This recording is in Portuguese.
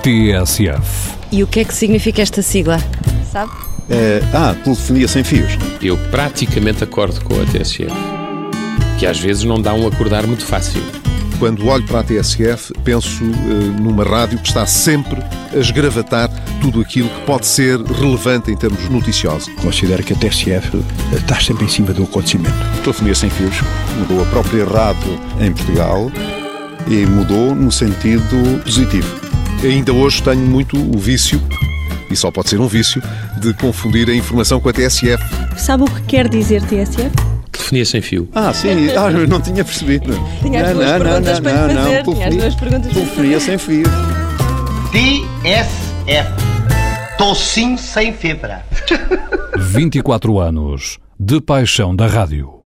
TSF. E o que é que significa esta sigla? Sabe? É, ah, telefonia sem fios. Eu praticamente acordo com a TSF, que às vezes não dá um acordar muito fácil. Quando olho para a TSF, penso eh, numa rádio que está sempre a esgravatar tudo aquilo que pode ser relevante em termos noticiosos. Considero que a TSF eh, está sempre em cima do acontecimento. Telefonia sem fios mudou a própria rádio em Portugal e mudou no sentido positivo. Ainda hoje tenho muito o vício, e só pode ser um vício, de confundir a informação com a TSF. Sabe o que quer dizer TSF? Telefonia sem fio. Ah, sim, ah, eu não tinha percebido. Tinha as não, duas não, perguntas não, para lhe não, não, fazer, tinha as telefonia- duas perguntas para lhe Telefonia sem fios. DSF. Tocinho sem fibra. 24 anos de paixão da rádio.